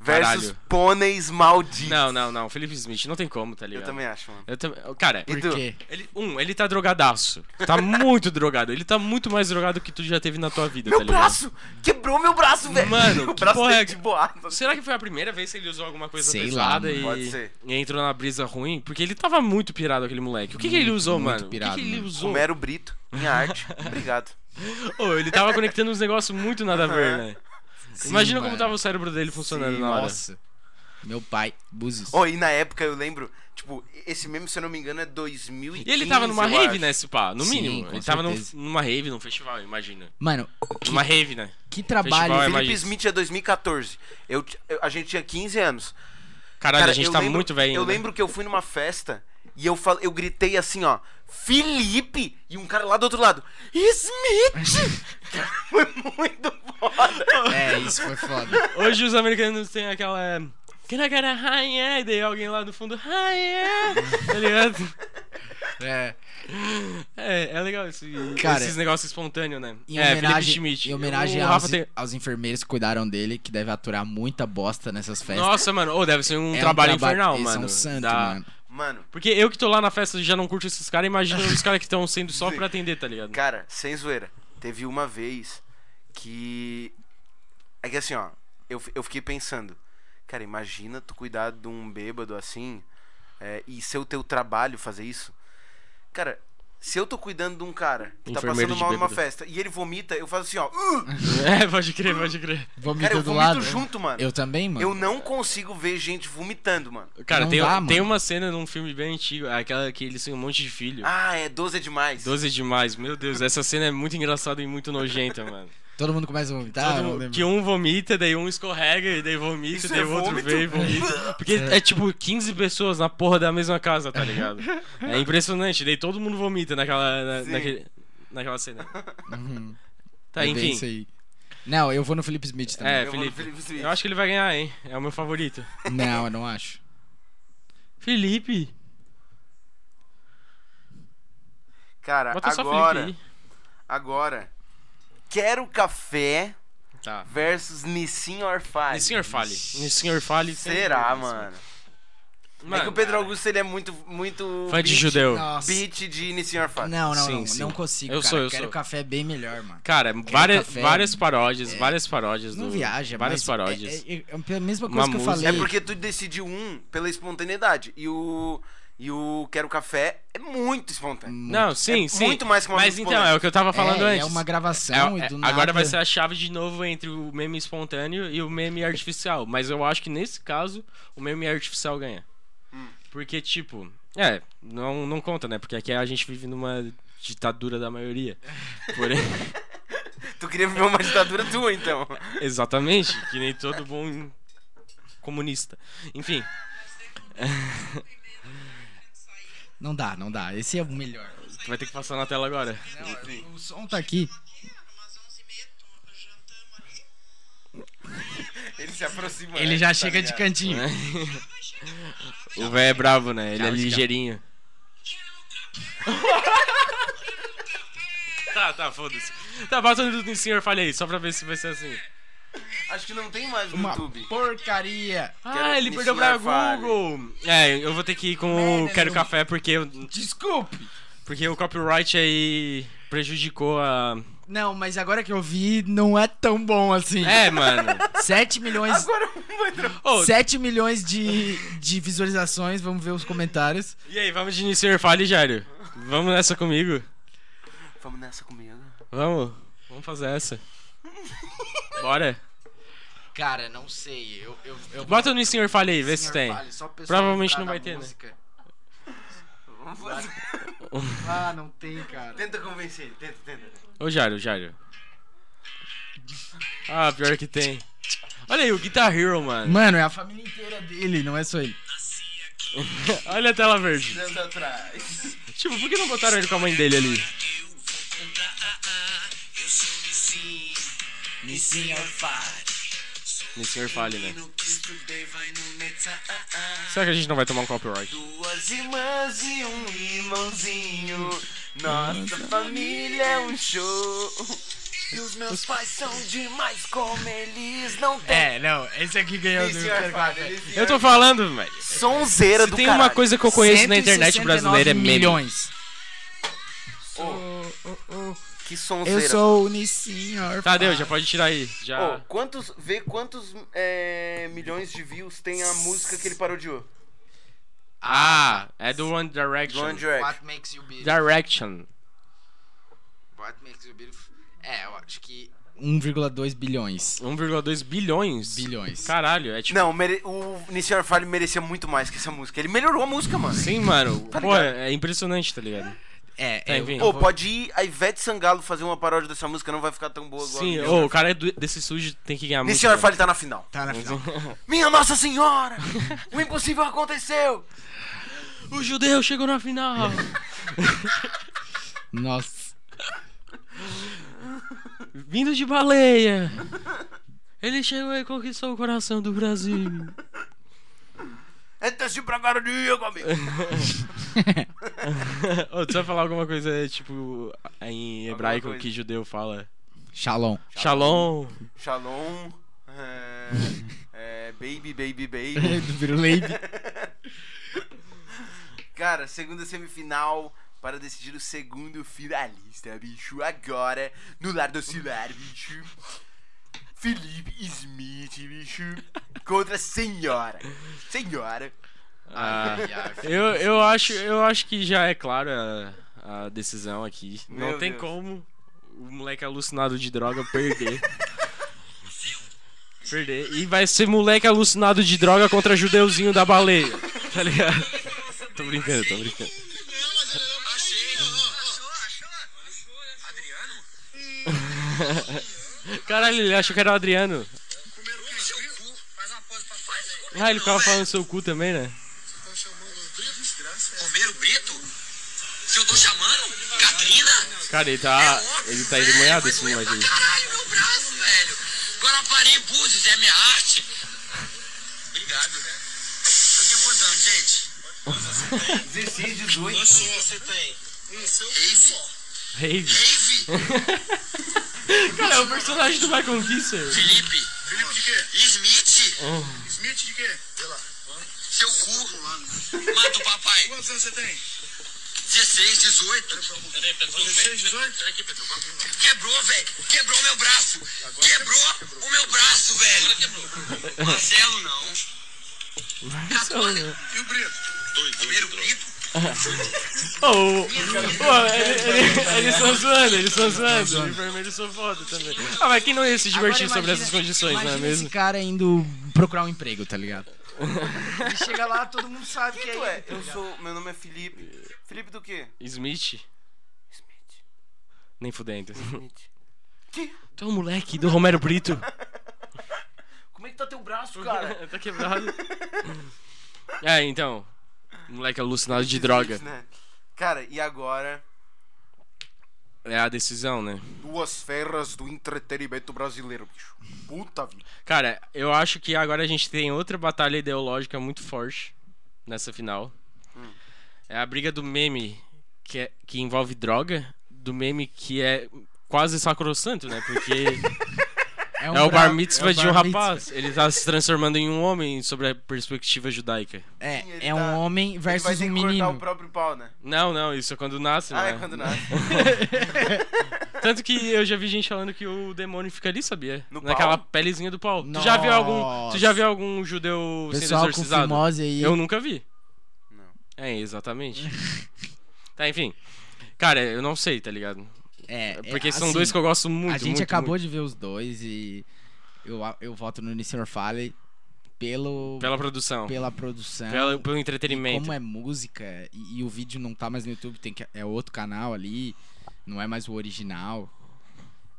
S1: versus
S2: Caralho.
S1: pôneis malditos.
S2: Não, não, não, Felipe Smith, não tem como, tá
S1: Eu
S2: ligado?
S1: também acho, mano.
S2: Eu também- Cara,
S1: E
S4: Por
S1: tu?
S4: quê?
S2: ele, um, ele tá drogadaço. Tá muito drogado. Ele tá muito mais drogado que tu já teve na tua vida,
S1: Meu
S2: tá ligado?
S1: braço! Quebrou meu braço, velho!
S2: Mano,
S1: o
S2: que
S1: braço
S2: porra
S1: dele
S2: é
S1: de
S2: que-
S1: boato.
S2: Será que foi a primeira vez que ele usou alguma coisa
S4: Sei lá,
S2: pesada
S4: mano.
S2: e...
S1: Pode ser.
S2: e entrou na brisa ruim? Porque ele tava muito pirado, aquele moleque. O que, que ele
S4: Muito,
S2: usou,
S4: muito
S2: mano? o
S4: pirado,
S2: que que, ele
S4: mano.
S2: usou?
S1: Homero um Brito,
S2: Uhum.
S1: minha arte. Obrigado.
S2: Ô, ele tava conectando uns negócios muito nada a ver, né?
S4: Sim,
S2: Imagina como
S4: mano.
S2: tava o cérebro dele funcionando
S1: Sim,
S2: na hora.
S4: Nossa. Meu pai, Búzios.
S1: Oh, e na época eu lembro, tipo, esse meme, se eu não me engano, é 2015.
S2: E ele tava numa
S1: eu
S2: rave,
S1: acho.
S2: né, se pá? No
S4: Sim,
S2: mínimo.
S4: com
S2: Ele tava num-
S4: certeza.
S2: numa rave, num festival, imagina.
S4: Mano,
S2: Numa rave, né?
S4: que trabalho.
S2: Festival é
S1: Felipe
S2: Mas-
S1: Smith é 2014. Eu, t- eu- a gente tinha 15 anos.
S2: Caralho,
S1: Cara,
S2: a gente
S1: eu
S2: tá
S1: lembro-
S2: muito velho ainda.
S1: Eu
S2: né?
S1: lembro que eu fui numa festa e eu, fal, eu gritei assim, ó, Felipe! E um cara lá do outro lado, Smith! Foi muito foda.
S4: É, isso foi foda.
S2: Hoje os americanos têm aquela. é, Cara, cara, hi, yeah", e daí alguém lá do fundo, hi, yeah", tá ligado?
S4: É.
S2: É, é legal esse,
S4: Cara,
S2: esses negócios espontâneos, né?
S4: Em
S2: é,
S4: homenagem,
S2: Felipe Schmidt.
S4: em homenagem
S2: O Rafa
S4: aos,
S2: tem-
S4: aos enfermeiros que cuidaram dele, que deve aturar muita bosta nessas festas.
S2: Nossa, mano, ô, deve ser um
S4: É um
S2: trabalho
S4: traba-
S2: infernal,
S4: eles são
S2: mano.
S4: santo,
S2: da-
S4: mano.
S1: Mano,
S2: Porque eu que tô lá na festa e já não curto esses caras, imagina os caras que estão sendo só
S1: Sim.
S2: pra atender, tá ligado?
S1: cara, sem zoeira, teve uma vez que... É que assim, ó, eu, fi- eu fiquei pensando, cara, imagina tu cuidar de um bêbado assim é, e ser o teu trabalho fazer isso. Cara... Se eu tô cuidando de um cara que tá passando
S2: Enfermeiro de
S1: mal numa
S2: bêbado.
S1: festa e ele vomita, eu faço assim, ó. "Ugh!"
S2: É, pode crer, pode crer.
S4: Vomita
S1: Cara, eu
S4: do
S1: vomito
S2: né?"
S4: lado.
S1: junto, mano.
S4: Eu também, mano.
S1: Eu não consigo ver gente vomitando, mano.
S2: Cara,
S4: Não
S2: tem,
S4: dá,
S2: tem
S4: mano.
S2: uma cena num filme bem antigo, aquela que eles têm um monte de filho.
S1: Ah, é 12 é demais.
S2: 12 é demais, meu Deus, essa cena é muito engraçada e muito nojenta, mano.
S4: Todo mundo começa a vomitar.
S2: Todo-
S4: eu lembro.
S2: que um vomita, daí um escorrega, e daí
S1: Ah,
S2: vomita,
S1: Isso
S2: daí
S1: é
S2: o outro
S1: vômito?
S2: vem e vomita. Porque é tipo 15 pessoas na porra da mesma casa, tá ligado? É impressionante, daí todo mundo vomita naquela, na-
S1: Sim.
S2: naquele- naquela cena. Tá,
S4: É bem
S2: enfim.
S4: isso aí. Não, eu vou no Felipe Smith também.
S2: É,
S1: Eu vou no
S2: Felipe.
S1: Felipe Smith.
S2: Eu acho que ele vai ganhar, hein? É o meu favorito.
S4: Não, eu não acho.
S2: Felipe,
S1: Cara,
S2: bota só
S1: agora,
S2: Felipe aí.
S1: agora. Quero café
S2: Tá.
S1: versus Nissin Orfai.
S2: E senhor fale. E senhor fale. sem
S1: Será,
S2: dúvidas,
S1: mano?
S2: Mano,
S1: É que o Pedro Augusto ele é muito muito
S2: Fã de
S1: beat-
S2: judeu.
S4: Nossa.
S1: Beat de Nissin Orfai.
S4: Não, não,
S2: Sim,
S4: não.
S2: sim.
S4: Não consigo,
S2: Eu
S4: cara.
S2: sou, eu
S4: Quero
S2: sou.
S4: café bem melhor, mano.
S2: Cara, várias,
S4: café,
S2: várias paródias, várias paródias.
S4: tá É. Não
S2: do-
S4: viaja,
S2: Várias
S4: mas
S2: paródias.
S4: É, é- é a mesma
S2: Uma
S4: coisa que eu
S2: música.
S1: É
S4: falei.
S1: porque tu decidiu um pela espontaneidade e o e o Quero café é muito espontâneo.
S2: Não, sim,
S1: É
S2: sim.
S1: muito mais que uma
S2: Mas
S1: música
S2: então, é o que eu tava falando
S4: é,
S2: antes.
S4: é uma
S2: É,
S4: gravação
S2: é,
S4: e do nada...
S2: agora vai ser a chave de novo entre o meme espontâneo e o meme artificial. Mas eu acho que nesse caso, o meme artificial ganha.
S1: Hum.
S2: Porque, tipo, é, não, não conta, né? Porque aqui a gente vive numa ditadura da maioria. Porém,
S1: Tu queria viver uma ditadura tua então.
S2: exatamente, que nem todo bom comunista. Enfim,
S4: Não dá, não dá. Esse é o melhor.
S2: tu vai ter que passar na tela agora.
S4: O som tá aqui.
S1: Ele se aproxima.
S4: Ele
S1: né?
S4: já
S1: Tá
S4: chega de
S1: ligado?
S4: cantinho.
S2: né? O velho é bravo, né? Ele é ligeirinho. tá, tá, foda-se. Tá, bota no senhor, falha aí, só pra ver se vai ser assim.
S1: Acho que não tem mais no
S4: Uma
S1: YouTube.
S4: porcaria.
S2: Ah, ele
S1: que
S2: perdeu
S1: o
S2: pra
S1: senhor fale.
S2: Google. É, eu vou ter que ir com o
S4: Merda,
S2: Quero
S4: meu.
S2: Café porque, eu-
S4: Desculpe.
S2: porque o copyright aí prejudicou a.
S4: Não, mas agora que eu vi, não é tão bom assim.
S2: É, mano.
S4: 7 milhões,
S2: Ô,
S4: 7 milhões de, de visualizações. Vamos ver os comentários.
S2: e aí, vamos de senhor, fale, Jairo. Vamos nessa comigo.
S1: Vamos nessa comigo.
S2: Vamos. Vamos fazer essa. Bora.
S4: Cara, não sei. Eu, eu, eu
S2: Bota no senhor, fale aí, vê se tem. Provavelmente não vai ter, né?
S4: né? Ah, não tem, cara.
S1: Tenta convencer ele, tenta, tenta.
S2: Ô, Jairo, Jairo. Ah, pior que tem. Olha aí, o Guitar Hero, mano.
S4: Mano, é a família inteira dele, não é só ele.
S2: Olha a tela verde.
S1: Anos atrás.
S2: Tipo, por que não botaram ele com a mãe dele ali? Nem senhor fale, né?
S1: ah,
S2: Será que a gente não vai tomar um copyright?
S1: Duas irmãs e um irmãozinho. Nossa família é um show. E os meus pais são demais, como eles não têm.
S4: É, não, esse aqui ganhou
S1: Esse é foda, esse
S2: Eu
S1: é-
S2: tô falando, velho.
S1: Sonzeira
S2: Se
S1: do
S2: tem
S1: caralho.
S2: uma coisa que eu conheço na internet brasileira é meme.
S4: milhões.
S1: Que sonzeira.
S4: Eu sou o Nissinhor.
S2: Tá, deu, já pode tirar aí.
S1: Ô,
S2: Já.
S1: quantos, vê quantos é, milhões de views tem a música que ele parodiou.
S2: Ah, é do One Direction.
S1: One Direction.
S4: makes you be?
S2: Direction.
S4: 4 meio que subiram. É, eu acho que 1,2 bilhões.
S2: 1,2 bilhões?
S4: Bilhões.
S2: Caralho, é tipo.
S1: Não, mere- o Nissan Fire merecia muito mais que essa música. Ele melhorou a música, mano.
S2: Sim, assim, mano.
S1: Tá
S2: Pô, é é impressionante, tá ligado?
S4: É,
S2: Tá,
S4: eu-
S2: enfim.
S1: Pô, pode ir a Ivete Sangalo fazer uma paródia dessa música, não vai ficar tão boa agora.
S2: Sim, ô, o cara é do- desse sujo tem que ganhar muito.
S1: Nissan
S2: mano.
S1: Fire tá na final.
S4: tá na final.
S1: Minha Nossa Senhora! o impossível aconteceu!
S2: O judeu chegou na final!
S4: Nossa.
S2: Vindo de baleia! Ele chegou e conquistou o coração do Brasil.
S1: Entra se pra cara de amigo!
S2: Ô, tu vai falar alguma coisa, tipo, em hebraico
S1: coisa.
S2: que judeu fala?
S4: Shalom.
S2: Shalom!
S1: Shalom. é, é, baby, baby, baby.
S4: Do Biruleibe.
S1: Cara, segunda semifinal para decidir o segundo finalista, bicho. Agora, no lar do Cilar, bicho. Felipe Smith, bicho. Contra a senhora. Senhora.
S2: Ah, eu, eu, acho, eu acho que já é claro a, a decisão aqui.
S1: Meu
S2: Não tem
S1: Deus.
S2: como o moleque alucinado de droga perder. perder. E vai ser moleque alucinado de droga contra judeuzinho da baleia. Tá ligado? Tô brincando, tô brincando. Caralho, ele achou que era o Adriano. Ah, ele ficava falando seu cu também, né? é
S6: Romero Brito? Que eu tô chamando? Catrina?
S2: Cara, ele tá. Ele tá endemoniado esse moleque aí.
S6: Caralho, meu braço, velho. Guarapari Búzios é minha arte. Obrigado. Eu tenho quantos anos, gente?
S1: 16, 18.
S6: sou. Você tem? Um seu. Rave.
S2: Rave.
S6: Rave.
S2: Cara, é o personagem do Michael Visser.
S6: Felipe. Felipe de quê? Oh. Smith.
S7: Smith de quê? Sei lá.
S6: Seu cu. Mata o papai.
S7: Quantos anos você tem?
S6: 16, 18. Peraí, Petro.
S7: 16, 18?
S6: Peraí aqui, Petro. Quebrou, velho. Quebrou meu braço. Quebrou, o meu braço, velho. Marcelo, não.
S7: E o Brito?
S6: Romero Brito?
S2: Oh, pô, ele- ele- eles estão zoando, eles estão zoando. O enfermeiro sou foda também. Ah, mas quem não ia se divertir
S4: Agora
S2: sobre
S4: imagina-
S2: essas condições, não é
S4: imagina
S2: mesmo?
S4: Esse cara indo procurar um emprego, tá ligado?
S1: Chega lá, todo mundo sabe quem tu é. Eu sou. Meu nome é Felipe. Felipe do quê?
S2: Smith?
S1: Smith.
S2: Nem fudendo.
S1: Smith. Que?
S2: Tu é o moleque do Romero Brito.
S1: Como é que tá teu braço, cara?
S2: tá quebrado. É, então. Moleque alucinado de droga.
S1: Né? Cara, e agora?
S2: É a decisão, né?
S1: Duas ferras do entretenimento brasileiro, bicho. Puta vida.
S2: Cara, eu acho que agora a gente tem outra batalha ideológica muito forte nessa final. É a briga do meme que, é- que envolve droga, do meme que é quase sacrossanto, né? Porque
S4: um
S2: é o
S4: bra-
S2: bar mitzvah
S4: é o
S2: de um
S4: bar mitzvah.
S2: rapaz. Ele tá se transformando em um homem sobre a perspectiva judaica.
S1: Sim,
S4: É,
S1: ele
S4: é
S1: tá-
S4: um homem
S1: Ele vai
S4: versus
S1: ter
S4: um
S1: que cortar o
S4: menino.
S1: próprio pau, né?
S2: Não, não, isso é quando nasce,
S1: Ah,
S2: né?
S1: é quando nasce.
S2: Tanto que eu já vi gente falando que o demônio fica ali, sabia?
S1: No
S2: Naquela
S1: pau?
S2: pelezinha do pau. Tu já viu algum, tu já viu algum judeu sendo
S4: Pessoal com
S2: exorcizado?
S4: fimose aí.
S2: Eu nunca vi.
S1: Não.
S2: É, exatamente. tá, enfim. Cara, eu não sei, tá ligado?
S4: É, é,
S2: Porque são
S4: assim,
S2: dois que eu gosto muito,
S4: A gente
S2: muito,
S4: acabou
S2: muito.
S4: de ver os dois e eu, eu voto no Nissan Fale pelo
S2: Pela produção,
S4: pela produção.
S2: pela, pelo entretenimento.
S4: como é música e, e o vídeo não tá mais no YouTube, tem que, é outro canal ali, não é mais o original.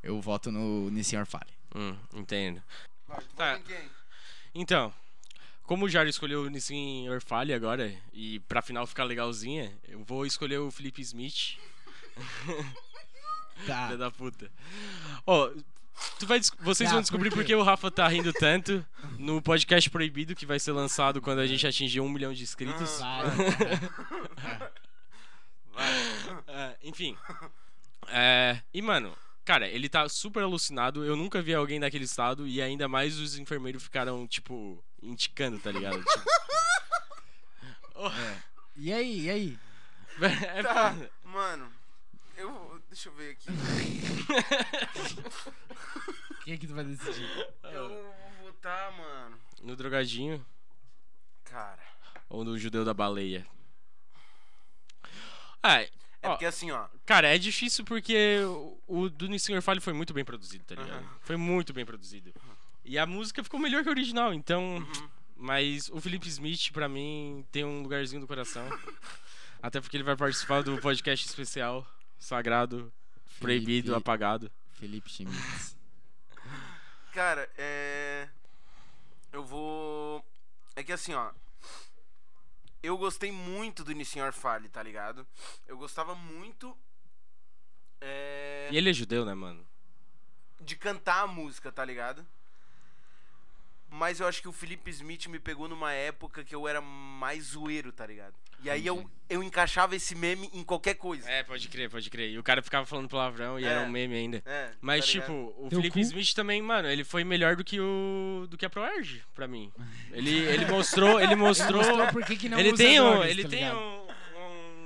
S4: Eu voto no Nissan Fale.
S2: Hum, entendo.
S1: Tá.
S2: Tá. Então, como o Jairo escolheu o Nissin Orfale agora, e pra final ficar legalzinha, eu vou escolher o Felipe Smith,
S4: Tá.
S2: filha da puta. Ó, tu vai des- vocês
S4: Tá,
S2: vão
S4: por
S2: descobrir
S4: quê?
S2: por que o Rafa tá rindo tanto no podcast proibido que vai ser lançado quando a gente atingir um milhão de inscritos.
S4: Tá.
S2: Ah, enfim. É, e, mano, cara, ele tá super alucinado. Eu nunca vi alguém daquele estado e ainda mais os enfermeiros ficaram, tipo, indicando, tá ligado? Tipo,
S4: E aí, e aí?
S2: é
S1: Tá,
S2: foda.
S1: mano. Eu vou. Deixa eu ver aqui.
S4: Quem é que tu vai decidir?
S1: Eu vou votar, mano.
S2: no drogadinho
S1: Cara.
S2: ou no judeu da baleia? Ah,
S1: É
S2: Ó.
S1: porque assim, ó.
S2: Cara, é difícil porque o- o do Senhor Fale foi muito bem produzido, tá ligado?
S1: Aham.
S2: Foi muito bem produzido. E a música ficou melhor que a original, então. Mas o Felipe Smith, pra mim, tem um lugarzinho do coração. Até porque ele vai participar do podcast especial Sagrado, Proibido,
S4: Felipe-
S2: Apagado.
S4: Felipe Schmitz.
S1: Cara, é. Eu vou. É que assim, ó. Eu gostei muito do Nissin Fale, tá ligado? Eu gostava muito. É...
S2: E ele é judeu, né, mano?
S1: de cantar a música, tá ligado? Mas eu acho que o Felipe Smith me pegou numa época que eu era mais zoeiro, tá ligado? E aí eu, eu encaixava esse meme em qualquer coisa.
S2: É, pode crer, pode crer. E o cara ficava falando palavrão e era
S1: É.
S2: um meme ainda.
S1: É,
S2: Mas,
S1: tá
S2: tipo,
S1: ligado?
S2: o
S4: Teu
S2: Felipe
S4: cu?
S2: Smith também, mano, ele foi melhor do que o. do que a ProErg, pra mim. Ele, ele mostrou, ele mostrou.
S4: Mostrou por que que não
S2: ele
S4: usa
S2: tem um.
S4: drogas,
S2: Ele
S4: tá
S2: tem
S4: ligado?
S2: um, um-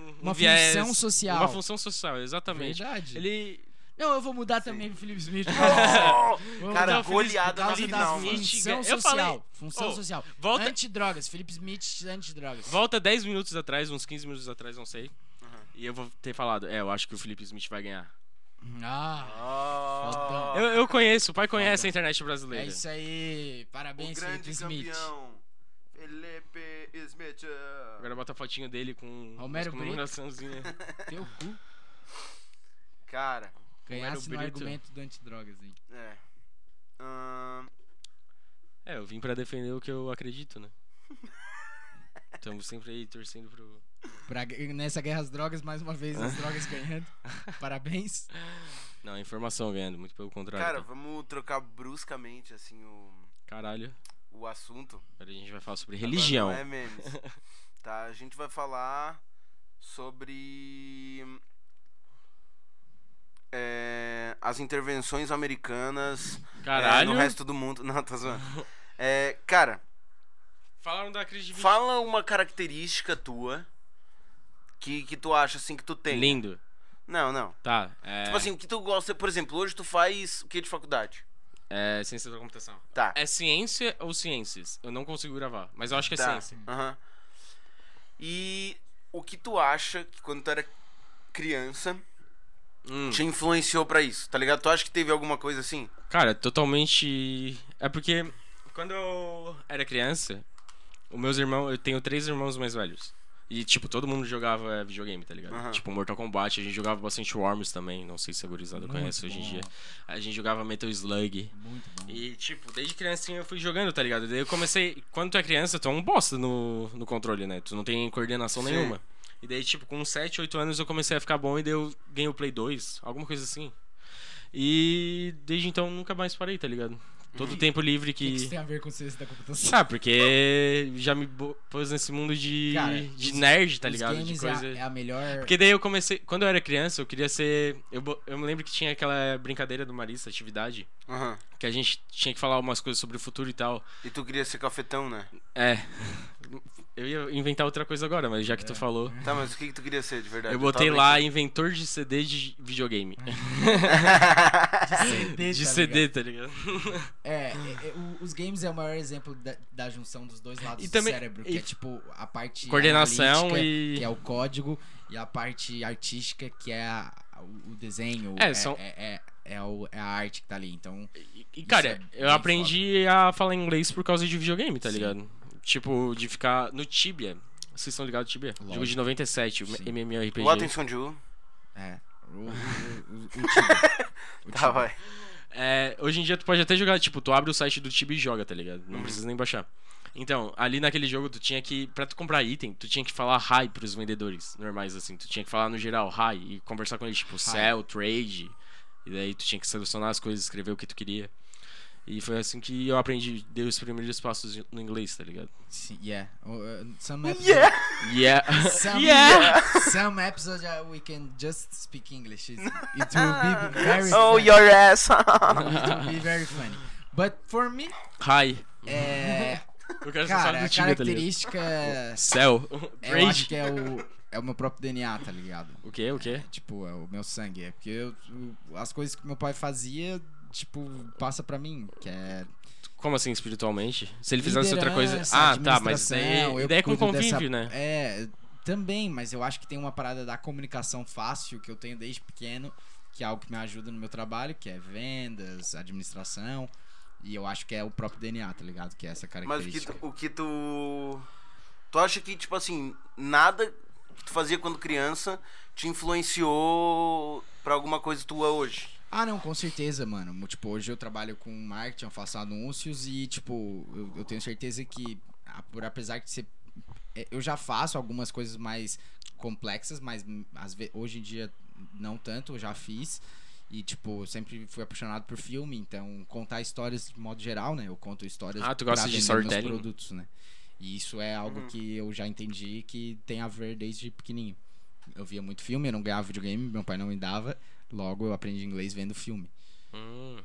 S2: um
S4: Uma
S2: viés,
S4: função social.
S2: Uma função social, exatamente.
S4: Verdade.
S2: Ele.
S4: Não, eu vou mudar também o Felipe Smith.
S1: Oh! cara,
S2: dar o Felipe-
S1: goleada na
S2: dar o Felipe
S1: final,
S2: Smith.
S1: mano.
S4: Função
S2: Eu
S4: social.
S2: falei-
S4: Função
S2: Ô,
S4: social.
S2: volta-
S4: Antidrogas. Felipe Smith, antidrogas.
S2: Volta 10 minutos atrás, uns 15 minutos atrás, não sei.
S1: Uhum.
S2: E eu vou ter falado, é, eu acho que o Felipe Smith vai ganhar.
S4: Ah,
S1: Oh,
S2: Eu, eu conheço, o pai conhece a internet brasileira.
S4: é isso aí.
S1: o
S4: Parabéns, Felipe
S1: grande
S4: Smith.
S1: campeão. Felipe Smith.
S2: Agora bota a fotinho dele com
S4: Romero
S2: com
S4: Brito.
S2: comemoraçãozinha.
S4: Teu cu.
S1: Cara,
S4: Ganhasse no
S2: Brito.
S4: argumento do antidrogas, hein.
S1: é. Ahn,
S2: É, eu vim pra defender o que eu acredito, né? Estamos sempre aí torcendo pro.
S4: Pra- nessa guerra às drogas, mais uma vez, as drogas ganhando. Parabéns.
S2: Não, a informação ganhando, muito pelo contrário. tá?
S1: cara,
S2: Cara,
S1: vamos trocar bruscamente, assim, o,
S2: Caralho.
S1: o assunto.
S2: Agora a gente vai falar sobre
S1: Agora
S2: religião.
S1: não é memes. tá, a gente vai falar sobre é, as intervenções americanas é,
S2: Caralho.
S1: no resto do mundo. Não, tá zoando. É, cara,
S2: Falaram da crise de vinte-
S1: fala uma característica tua que, que tu acha assim que tu tem.
S2: Lindo.
S1: Não, não.
S2: Tá. É,
S1: Tipo assim, o que tu gosta, por exemplo, hoje tu faz o que de faculdade?
S2: é ciência da computação.
S1: Tá.
S2: É ciência ou ciências? Eu não consigo gravar, mas eu acho que é
S1: Tá.
S2: ciência.
S1: Aham. E o que tu acha que quando tu era criança
S2: Hum.
S1: te influenciou pra isso, tá ligado? Tu acha que teve alguma coisa assim?
S2: Cara, totalmente. É porque quando eu era criança, os meus irmãos. Eu tenho três irmãos mais velhos. E, tipo, todo mundo jogava videogame, tá ligado?
S1: Aham.
S2: Tipo, Mortal Kombat, a gente jogava bastante Worms também, não sei se a gurizada conhece hoje em dia. A gente jogava Metal Slug.
S4: Muito bom.
S2: E, tipo, desde criancinha eu fui jogando, tá ligado? Daí eu comecei. Quando tu é criança, tu é um bosta no, no controle, né? Tu não tem coordenação
S1: Sim.
S2: nenhuma. E daí, tipo, com 7, 8 anos eu comecei a ficar bom e daí eu ganhei o Play 2, alguma coisa assim. E desde então nunca mais parei, tá ligado? Todo tempo livre
S4: O que assim. que isso
S2: que.
S4: Uhum. tem a ver com ciência da computação?
S2: Ah, porque já me bo- pôs nesse mundo de,
S4: Cara,
S2: de
S4: os-
S2: nerd, tá
S4: Os
S2: ligado? De
S4: games
S2: coisa.
S4: é, a, é a melhor...
S2: Porque daí eu comecei. Quando eu era criança, eu queria ser. Eu, bo- eu me lembro que tinha aquela brincadeira do Marista, atividade
S1: Aham.
S2: que a gente tinha que falar umas coisas sobre o futuro e tal.
S1: E tu queria ser cafetão, né?
S2: É. Eu ia inventar outra coisa agora, mas já
S4: É.
S2: que tu falou.
S1: Tá, mas o que, que tu queria ser de verdade?
S2: Eu botei lá
S1: e.
S2: inventor de CD de videogame.
S4: CD,
S2: De
S4: tá
S2: CD, tá ligado?
S4: É, é, é, o- os games é o maior exemplo da, da junção dos dois lados
S2: E
S4: do
S2: também-
S4: cérebro,
S2: e-
S4: que é tipo a parte
S2: Coordenação
S4: analítica,
S2: e-
S4: que é o código e a parte artística que é a- a- o desenho,
S2: É, são-
S4: é, é, é o- é a arte que tá ali. Então,
S2: E, e,
S4: Isso é
S2: cara,
S4: bem
S2: eu aprendi a falar inglês por causa de videogame, tá ligado? Tipo, de ficar no Tibia. Vocês estão ligados, Tibia?
S4: Lógico.
S2: Jogo de 97, o
S4: Sim.
S2: MMORPG.
S1: O Atenção de U.
S4: é. O, o, o, o time. O
S1: Tá,
S4: time.
S1: vai.
S2: É, hoje em dia tu pode até jogar, tipo, tu abre o site do Tibia e joga, tá ligado?
S4: Uhum.
S2: Não precisa nem baixar. Então, ali naquele jogo tu tinha que, pra tu comprar item, tu tinha que falar hi pros vendedores normais, assim. Tu tinha que falar no geral hi e conversar com eles, tipo, sell, trade. E daí tu tinha que selecionar as coisas, escrever o que tu queria. E foi assim que eu aprendi, dei os primeiros passos no inglês, tá ligado?
S4: Sim, Yeah. O- uh, Some episodes,
S2: Yeah!
S4: Some,
S2: yeah!
S4: some episodes uh, we can just speak English. It, it will be very
S1: Oh,
S4: funny.
S1: your ass!
S4: It will be very funny. But for me,
S2: Hi!
S4: é,
S2: Eu quero ser só
S4: Cara,
S2: Uhum. do
S4: a
S2: Tibia, tá ligado?
S4: característica.
S2: Sell,
S4: eu acho que
S2: trade.
S4: é o, é o meu próprio DNA, tá ligado?
S2: O quê? O quê?
S4: Tipo, é o meu sangue. É porque eu- o- as coisas que meu pai fazia, tipo, passa pra mim. Que é.
S2: Como assim, espiritualmente? Se ele fizesse outra coisa.
S4: liderança,
S2: Ah, tá, mas daí,
S4: administração, eu
S2: daí é com
S4: cuido dessa-
S2: convívio, né?
S4: É, Também, mas eu acho que tem uma parada da comunicação fácil que eu tenho desde pequeno, que é algo que me ajuda no meu trabalho, que é vendas, administração. E eu acho que é o próprio DNA, tá ligado? Que é essa
S1: Mas o que,
S4: característica.
S1: tu- o que tu. Tu acha que, tipo assim, nada que tu fazia quando criança te influenciou pra alguma coisa tua hoje?
S4: Ah, não, com certeza, mano. Tipo, hoje eu trabalho com marketing, eu faço anúncios e, tipo, eu, eu tenho certeza que, a- Ah, por apesar de ser. é, Eu já faço algumas coisas mais complexas, mas hum, às ve- hoje em dia não tanto, eu já fiz. E, tipo, eu sempre fui apaixonado por filme, então contar histórias de modo geral, né? Eu conto histórias
S2: Ah, tu gosta
S4: pra
S2: de
S4: vender meus
S2: storytelling?
S4: produtos, né? E isso é algo
S1: Uhum.
S4: que eu já entendi que tem a ver desde pequenininho. Eu via muito filme, eu não ganhava videogame, meu pai não me dava, logo eu aprendi inglês vendo filme.
S2: Hum,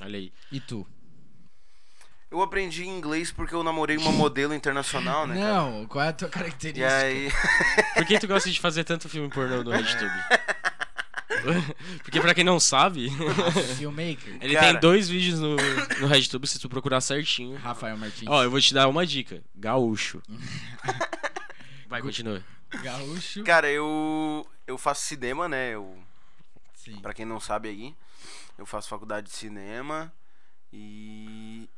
S4: É.
S2: olha aí.
S4: E tu?
S1: Eu aprendi inglês porque eu namorei uma modelo internacional, né? cara?
S4: não, qual é a tua
S1: E
S4: característica?
S1: aí.
S2: Por que tu gosta de fazer tanto filme pornô no RedTube? Porque pra quem não sabe,
S4: Rafa, Filmmaker,
S2: ele
S1: Cara.
S2: tem dois vídeos no, no RedTube se tu procurar certinho.
S4: Rafael Martins,
S2: Ó, eu vou te dar uma dica. Gaúcho. Vai, continua.
S4: gaúcho.
S1: Cara, eu. Eu faço cinema, né? Eu,
S4: Sim.
S1: pra quem não sabe aí, eu faço faculdade de cinema. E.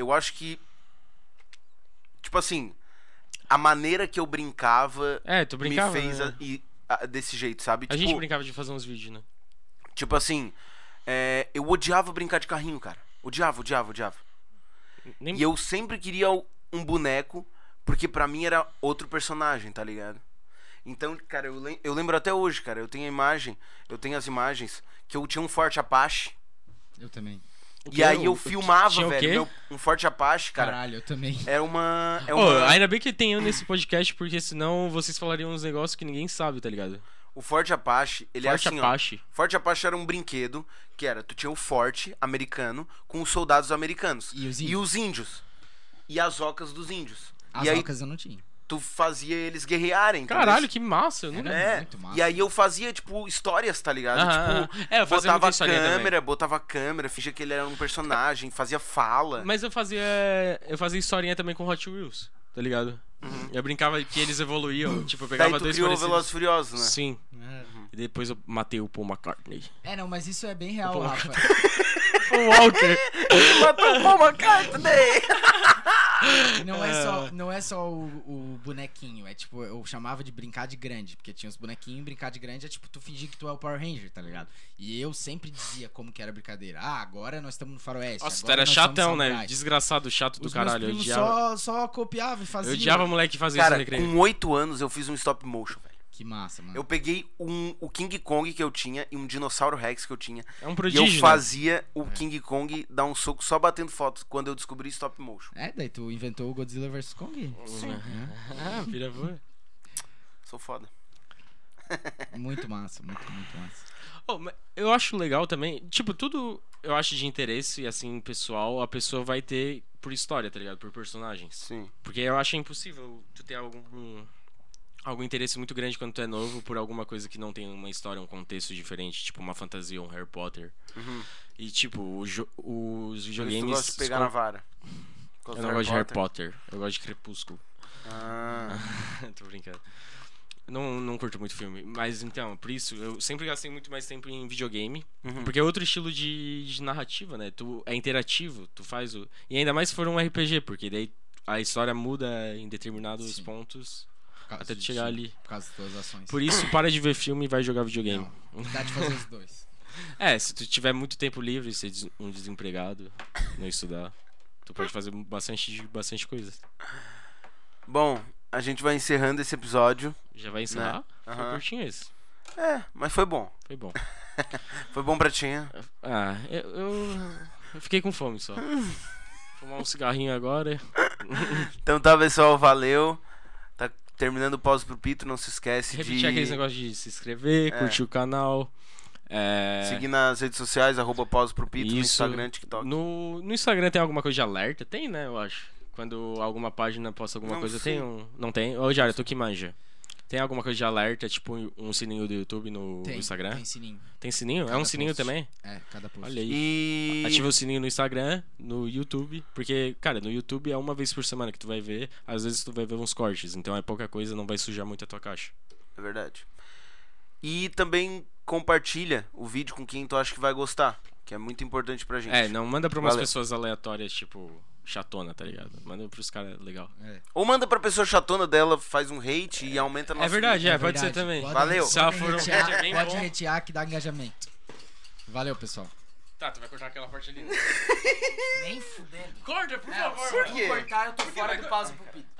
S1: Eu acho que. Tipo assim. A maneira que eu brincava
S2: É, tu brincava.
S1: me fez
S2: né?
S1: a- e- a- desse jeito, sabe?
S2: A
S1: tipo,
S2: gente brincava de fazer uns vídeos, né?
S1: tipo assim, é, eu odiava brincar de carrinho, cara. Odiava, odiava, odiava.
S2: Nem...
S1: E eu sempre queria o- um boneco, porque pra mim era outro personagem, tá ligado? Então, cara, eu, lem- eu lembro até hoje, cara, eu tenho a imagem, eu tenho as imagens que eu tinha um Forte Apache.
S4: Eu também.
S2: O
S1: E
S2: quê?
S1: aí
S2: O-
S1: eu filmava,
S2: tinha o
S1: velho,
S2: quê?
S1: meu- um Forte Apache, cara.
S4: Caralho, eu também.
S1: Era uma. É
S2: Ô,
S1: uma-
S2: ainda bem que tem eu nesse podcast, porque senão vocês falariam uns negócios que ninguém sabe, tá ligado?
S1: O Forte Apache, ele
S2: Forte
S1: é assim, ó.
S2: Apache.
S1: Forte Apache era um brinquedo que era, tu tinha o forte americano com os soldados americanos.
S4: E os
S1: E
S4: índios?
S1: os índios. E as ocas dos índios.
S4: As
S1: e aí
S4: ocas eu não tinha.
S1: tu fazia eles guerrearem. entendeu?
S2: Caralho, que massa. Eu nunca...
S1: É,
S4: muito massa.
S1: e aí eu fazia, tipo, histórias, tá ligado?
S2: Aham,
S1: tipo,
S2: aham. É, eu
S1: botava
S2: fazia muita
S1: a
S2: historinha também.
S1: câmera, botava a câmera, fingia que ele era um personagem, fazia fala.
S2: Mas eu fazia. Eu fazia historinha também com Hot Wheels, tá ligado? Eu brincava que eles evoluíam. Tipo, eu
S1: Uhum. Daí
S2: pegava
S1: tu
S2: dois
S1: criou o
S2: parecidos.
S1: Velozes e Furiosos, né?
S2: Sim.
S4: Uhum.
S2: E depois eu matei o Paul McCartney.
S4: É, não, mas isso é bem real,
S2: Pô,
S4: Rafa.
S2: O Walter!
S1: Matou o Paul McCartney!
S4: E Não é só, não é só o, o bonequinho, é tipo, eu chamava de brincar de grande, porque tinha os bonequinhos, brincar de grande é tipo tu fingir que tu é o Power Ranger, tá ligado? E eu sempre dizia como que era a brincadeira. Ah, agora nós estamos no faroeste.
S2: Nossa, tu
S4: agora
S2: era
S4: nós estamos
S2: chatão, né?
S4: samurais.
S2: Desgraçado, chato do
S4: Os
S2: caralho. Eu
S4: meus primos
S2: odiava,
S4: só, só copiava e fazia.
S2: eu odiava moleque que fazia isso né, no
S1: Cara,
S2: recreio.
S1: com oito anos eu fiz um stop motion, velho.
S4: Que massa,
S2: Hum.
S4: mano.
S1: Eu peguei um, o King Kong que eu tinha e um Dinossauro Rex que eu tinha.
S2: É um
S1: E
S2: prodígio.
S1: eu
S2: né?
S1: fazia o King Kong dar um soco só batendo foto quando eu descobri stop motion.
S4: É, daí tu inventou o Godzilla vs Kong.
S2: Ah, vira boa.
S1: Sou foda.
S4: Muito massa, muito, muito massa.
S2: Ô, mas Oh, eu acho legal também, tipo, tudo eu acho de interesse, assim, pessoal, a pessoa vai ter por história, tá ligado? Por personagens.
S1: Sim.
S2: Porque eu acho impossível tu ter algum, algum interesse muito grande quando tu é novo por alguma coisa que não tem uma história, um contexto diferente, tipo uma fantasia, um Harry Potter. E, tipo, o jo- os
S1: Por isso
S2: videogames...
S1: Uhum. tu gosta de pegar
S2: os
S1: na
S2: con-
S1: vara. Por causa
S2: Eu não
S1: do
S2: gosto de Harry Potter, eu gosto de Crepúsculo.
S1: Ah,
S2: Tô brincando. Não, não curto muito filme. Mas então, por isso, eu sempre gastei muito mais tempo em videogame. Porque é outro estilo de, de narrativa, né? Tu é interativo, tu faz o. E ainda mais se for um RPG, porque daí a história muda em determinados
S4: Sim.
S2: pontos
S4: Por causa
S2: até tu
S4: de-
S2: chegar ali.
S4: Por causa das tuas ações.
S2: Por isso, para de ver filme e vai jogar videogame.
S4: Dá de fazer os dois.
S2: É, se tu tiver muito tempo livre, ser des- um desempregado, não estudar, tu pode fazer bastante, bastante coisa.
S1: Bom, a gente vai encerrando esse episódio.
S2: Já vai encerrar? Foi
S1: Aham.
S2: curtinho esse.
S1: É, mas foi bom.
S2: Foi bom.
S1: Foi bom pra Tinha.
S2: Ah, eu, eu, eu fiquei com fome só. Fumar um cigarrinho agora.
S1: Então tá, pessoal, valeu. Tá terminando o pause pro Pito, não se esquece
S2: Repetir
S1: de
S2: aqueles negócios de se inscrever,
S1: É.
S2: curtir o canal. É,
S1: seguir nas redes sociais, arroba pause pro Pito, no
S2: isso.
S1: Instagram, TikTok.
S2: No, no Instagram tem alguma coisa de alerta? Tem, né? Eu acho. Quando alguma página posta alguma
S1: Não
S2: coisa,
S1: sei.
S2: tem um. Não tem? Ô, Jara, tu que manja. Tem alguma coisa de alerta, tipo um sininho do YouTube no
S4: Tem,
S2: Instagram?
S4: Tem sininho.
S2: Tem sininho? é
S4: Cada
S2: um sininho
S4: post.
S2: também?
S4: É, cada post.
S2: Olha aí.
S1: E.
S2: Ativa o sininho no Instagram, no YouTube, porque, cara, no YouTube é uma vez por semana que tu vai ver, às vezes tu vai ver uns cortes, então é pouca coisa, não vai sujar muito a tua caixa.
S1: É verdade. E também compartilha o vídeo com quem tu acha que vai gostar, que é muito importante pra gente.
S2: É, não manda pra umas
S1: Valeu.
S2: pessoas aleatórias, tipo, chatona, tá ligado? Manda pros caras legal.
S1: Ou manda pra pessoa chatona dela, faz um hate e aumenta a nossa.
S2: É verdade, é, pode ser
S4: Verdade.
S2: também.
S4: Pode-
S1: Valeu.
S2: Se ela
S4: Pode
S2: for um
S4: retear-
S2: hater bem
S4: pode
S2: bom-
S4: retear que dá engajamento. Valeu, pessoal.
S2: Tá, tu vai cortar aquela parte ali.
S8: Nem fudendo.
S2: Corta, por
S8: Não,
S2: favor.
S8: se eu
S1: quê?
S8: cortar, eu tô fora do passo pro Pito.